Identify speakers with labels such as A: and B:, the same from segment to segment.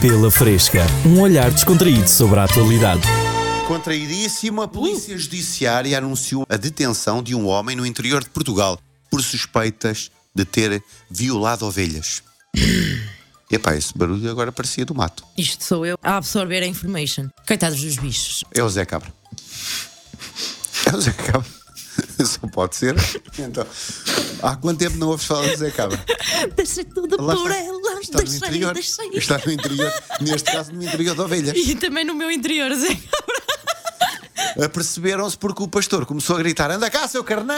A: Pela Fresca, um olhar descontraído sobre a atualidade.
B: Contrairíssimo, a Polícia Judiciária anunciou a detenção de um homem no interior de Portugal por suspeitas de ter violado ovelhas. Epá, esse barulho agora parecia do mato.
C: Isto sou eu a absorver a information. Coitados dos bichos.
B: É o Zé Cabra. É o Zé Cabra. Só pode ser. Então, há quanto tempo não ouves falar do Zé Cabra?
C: Deixa tudo
B: Lá
C: por
B: está.
C: ela.
B: Está no
C: Deixa ir,
B: interior.
C: deixa ir.
B: Está no interior. Neste caso, no interior de ovelhas.
C: E também no meu interior, assim. Zé.
B: Aperceberam-se porque o pastor começou a gritar: Anda cá, seu carneiro!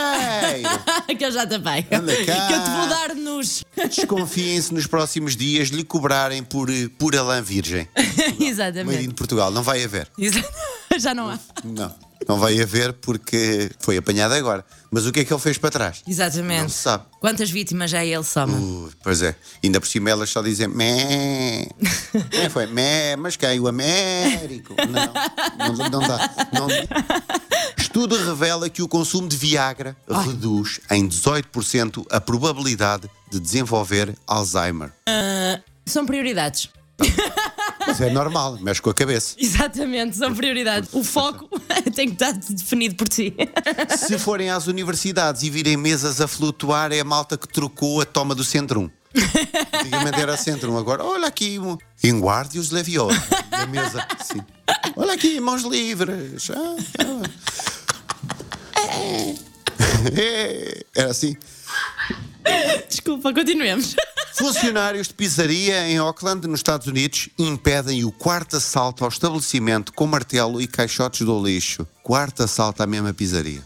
C: que eu já também. Que eu
B: Anda
C: te
B: cá.
C: vou dar nos.
B: Desconfiem-se nos próximos dias de lhe cobrarem por, eh, por Alain Virgem.
C: É
B: Made in
C: Exatamente.
B: Portugal. Não vai haver.
C: Exa- Já não há.
B: Não. Não vai haver porque foi apanhado agora. Mas o que é que ele fez para trás?
C: Exatamente.
B: Não se sabe.
C: Quantas vítimas já ele soma?
B: Uh, pois é. Ainda por cima elas só dizem mé. Quem foi? Mé, mas caiu Américo. Não, não, não dá. Não. Estudo revela que o consumo de Viagra reduz em 18% a probabilidade de desenvolver Alzheimer.
C: São prioridades.
B: Mas é normal, mexe com a cabeça.
C: Exatamente, são prioridades. O foco tem que estar definido por ti.
B: Se forem às universidades e virem mesas a flutuar, é a malta que trocou a toma do Centrum. Antigamente era Centrum, agora olha aqui, um- Inguardius Leviosa, na mesa. Sim. Olha aqui, mãos livres. Ah, ah. É, Era assim.
C: Desculpa, continuemos.
B: Funcionários de pizzaria em Auckland, nos Estados Unidos, impedem o quarto assalto ao estabelecimento com martelo e caixotes do lixo. Quarto assalto à mesma pizzaria.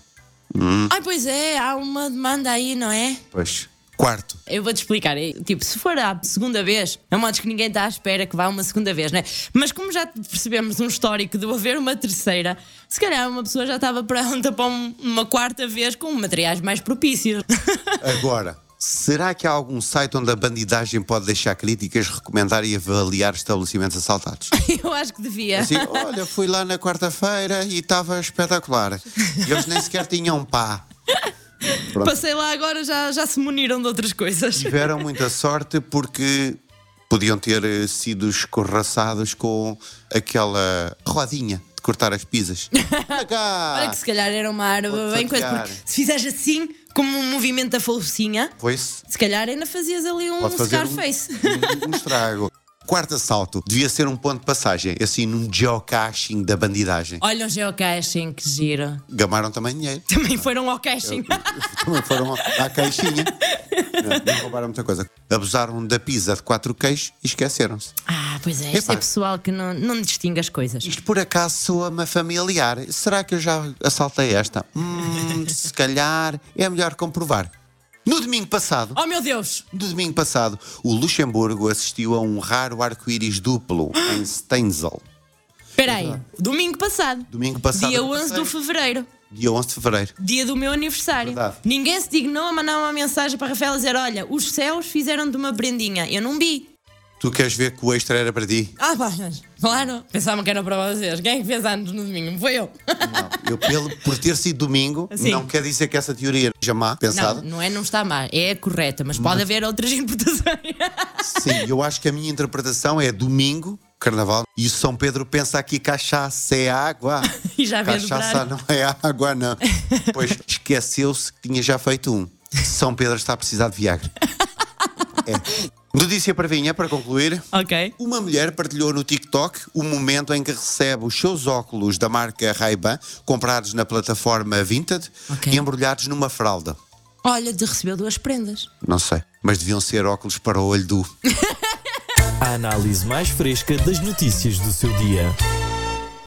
B: Hum.
C: Ai, pois é, há uma demanda aí, não é?
B: Pois. Quarto.
C: Eu vou-te explicar. É, Tipo, se for a segunda vez, é um modo que ninguém está à espera que vá uma segunda vez, né? Mas como já percebemos um histórico de haver uma terceira, se calhar uma pessoa já estava pronta para um- uma quarta vez com materiais mais propícios.
B: Agora, será que há algum site onde a bandidagem pode deixar críticas, recomendar e avaliar estabelecimentos assaltados?
C: Eu acho que devia.
B: Assim, olha, fui lá na quarta-feira e estava espetacular. E Eles nem sequer tinham pá. pronto.
C: Passei lá agora, já, já se muniram de outras coisas.
B: Tiveram muita sorte porque podiam ter eh, sido escorraçados com aquela rodinha de cortar as pizzas. Olha cá!
C: Olha que se calhar era uma árvore
B: Vou-te
C: bem coisa.
B: fatiar.
C: Porque se fizeres assim, como um movimento da folcinha,
B: Pois
C: se calhar ainda fazias ali um
B: Pode fazer um-
C: Scarface.
B: um, um estrago. Quarto assalto devia ser um ponto de passagem, assim, num geocaching da bandidagem.
C: Olha o geocaching, que giro.
B: Gamaram também dinheiro.
C: Também foram ao caching.
B: Também foram à caixinha. Não, não roubaram muita coisa. Abusaram da pizza de quatro queijos e esqueceram-se.
C: Ah, pois é, isto
B: Epá.
C: é pessoal que não, não distingue as coisas.
B: Isto por acaso soa-me familiar. Será que eu já assaltei esta? Hum, se calhar é melhor comprovar. No domingo passado,
C: Oh meu Deus!
B: no domingo passado, o Luxemburgo assistiu a um raro arco-íris duplo em Steinzel.
C: Espera aí, domingo passado.
B: Domingo passado.
C: Dia 11 de fevereiro,
B: Dia 11 de fevereiro.
C: dia do meu aniversário.
B: Verdade.
C: Ninguém se dignou a mandar uma mensagem para Rafael a dizer: Olha, os céus fizeram de uma prendinha. Eu não vi.
B: Tu queres ver que o extra era para ti?
C: Ah, pá, mas, claro. Pensavam que era para vocês. Quem é que fez anos no domingo? Foi eu.
B: Não, eu pelo, por ter sido domingo,
C: Sim.
B: não quer dizer que essa teoria já má pensada.
C: Não, não é não está má, é a correta, mas pode haver outras interpretações.
B: Sim, eu acho que a minha interpretação é domingo, carnaval, e o São Pedro pensa aqui cachaça é água.
C: E já vês o
B: Cachaça
C: brado.
B: não é água, não. Pois esqueceu-se que tinha já feito um. São Pedro está a precisar de Viagra. É. Notícia para vinha, para concluir.
C: ok.
B: Uma mulher partilhou no TikTok o momento em que recebe os seus óculos da marca Ray-Ban, comprados na plataforma Vinted
C: Ok.
B: e embrulhados numa fralda.
C: Olha, de recebeu duas prendas.
B: Não sei, mas deviam ser óculos para o olho do.
A: A análise mais fresca das notícias do seu dia.